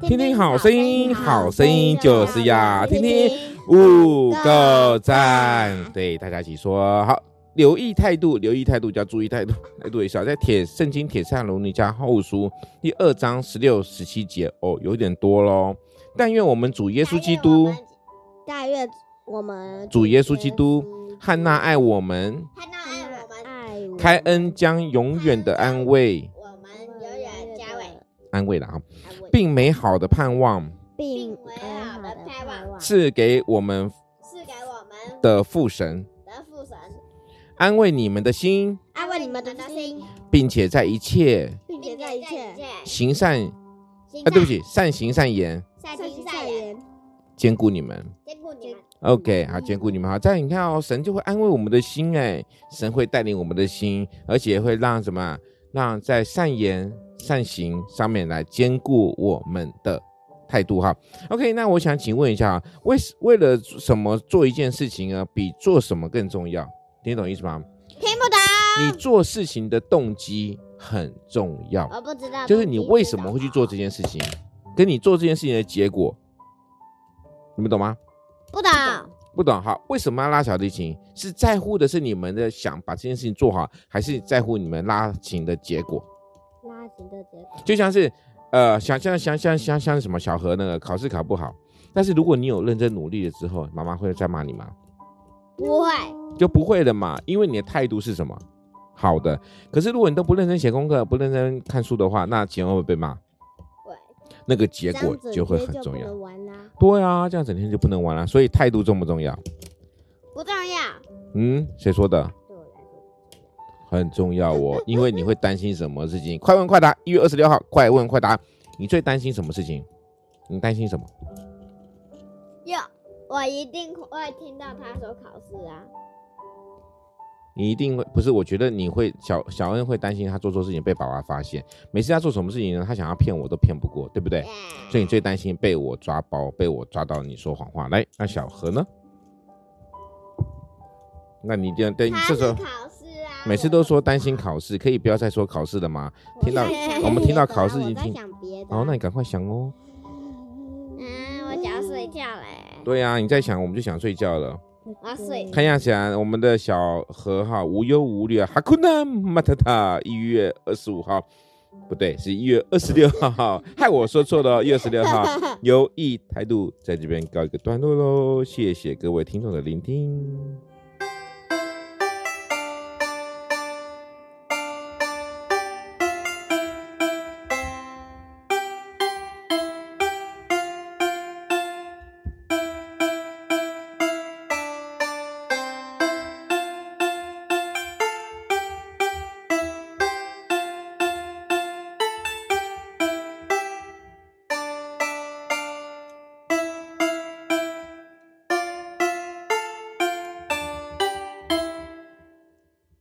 听听好声音，好声音就是要听听五个赞。对，大家一起说好。留意态度，留意态度就要注意态度，来读一下，在铁圣经铁扇罗尼迦后书第二章十六、十七节哦，有点多喽。但愿我们主耶稣基督，但愿我们主耶稣基督汉娜爱我们，他那爱哎我们，爱我开恩将永远的安慰我们永远加伟，安慰了啊，安慰并美好的盼望并并为好的盼望赐给我们赐给我们的父神，的父神，安慰你们的心，安慰你们的心，并且在一切并且并且在在一一切切行善行啊，对不起，善行善言，善善行行善善言，言，兼顾你们。兼顾你们， OK，好，兼顾你们好。再你看哦，神就会安慰我们的心，哎，神会带领我们的心，而且会让什么？啊让在善言善行上面来兼顾我们的态度哈。OK，那我想请问一下啊，为为了什么做一件事情呢？比做什么更重要？听得懂意思吗？听不懂，你做事情的动机很重要，我不知道，就是你为什么会去做这件事情，跟你做这件事情的结果，你们懂吗？不懂，不懂哈，为什么要拉小提琴？是在乎的是你们的想把这件事情做好，还是在乎你们拉琴的结果？拉琴的结果，就像是，呃，想像像像像像什么小何那个考试考不好，但是如果你有认真努力了之后，妈妈会再骂你吗？不会，就不会了嘛，因为你的态度是什么？好的。可是如果你都不认真写功课，不认真看书的话，那钱会不会被骂？会，那个结这果样子就会你很就重不要。能玩啦，对啊，这样整天就不能玩了、所以态度重不重要？不重要，嗯，谁说的？对我来说，很重要哦，因为你会担心什么事情？快问快答，一月二十六号，快问快答，你最担心什么事情？你担心什么？有，我一定会听到他说考试啊，你一定会不是？我觉得你会小小恩会担心他做错事情被爸爸发现，每次他做什么事情呢？他想要骗我都骗不过，对不对？所以你最担心被我抓包，被我抓到你说谎话。来，那小何呢？那你这样对，你他这时是候考试啊，每次都说担心考试，可以不要再说考试了吗？听到我在想我们别听到的考啊试我已经在听想别的哦啊，，那你赶快想哦。嗯，我想睡觉嘞，对呀、你在想，我们就想睡觉了。我要睡看一下想我们的小何哈，无忧无虑啊，哈库纳马塔塔，一月二十五号，不对，是一月二十六号，害我说错了，一月二十六号，优异态度在这边告一个段落喽，谢谢各位听众的聆听。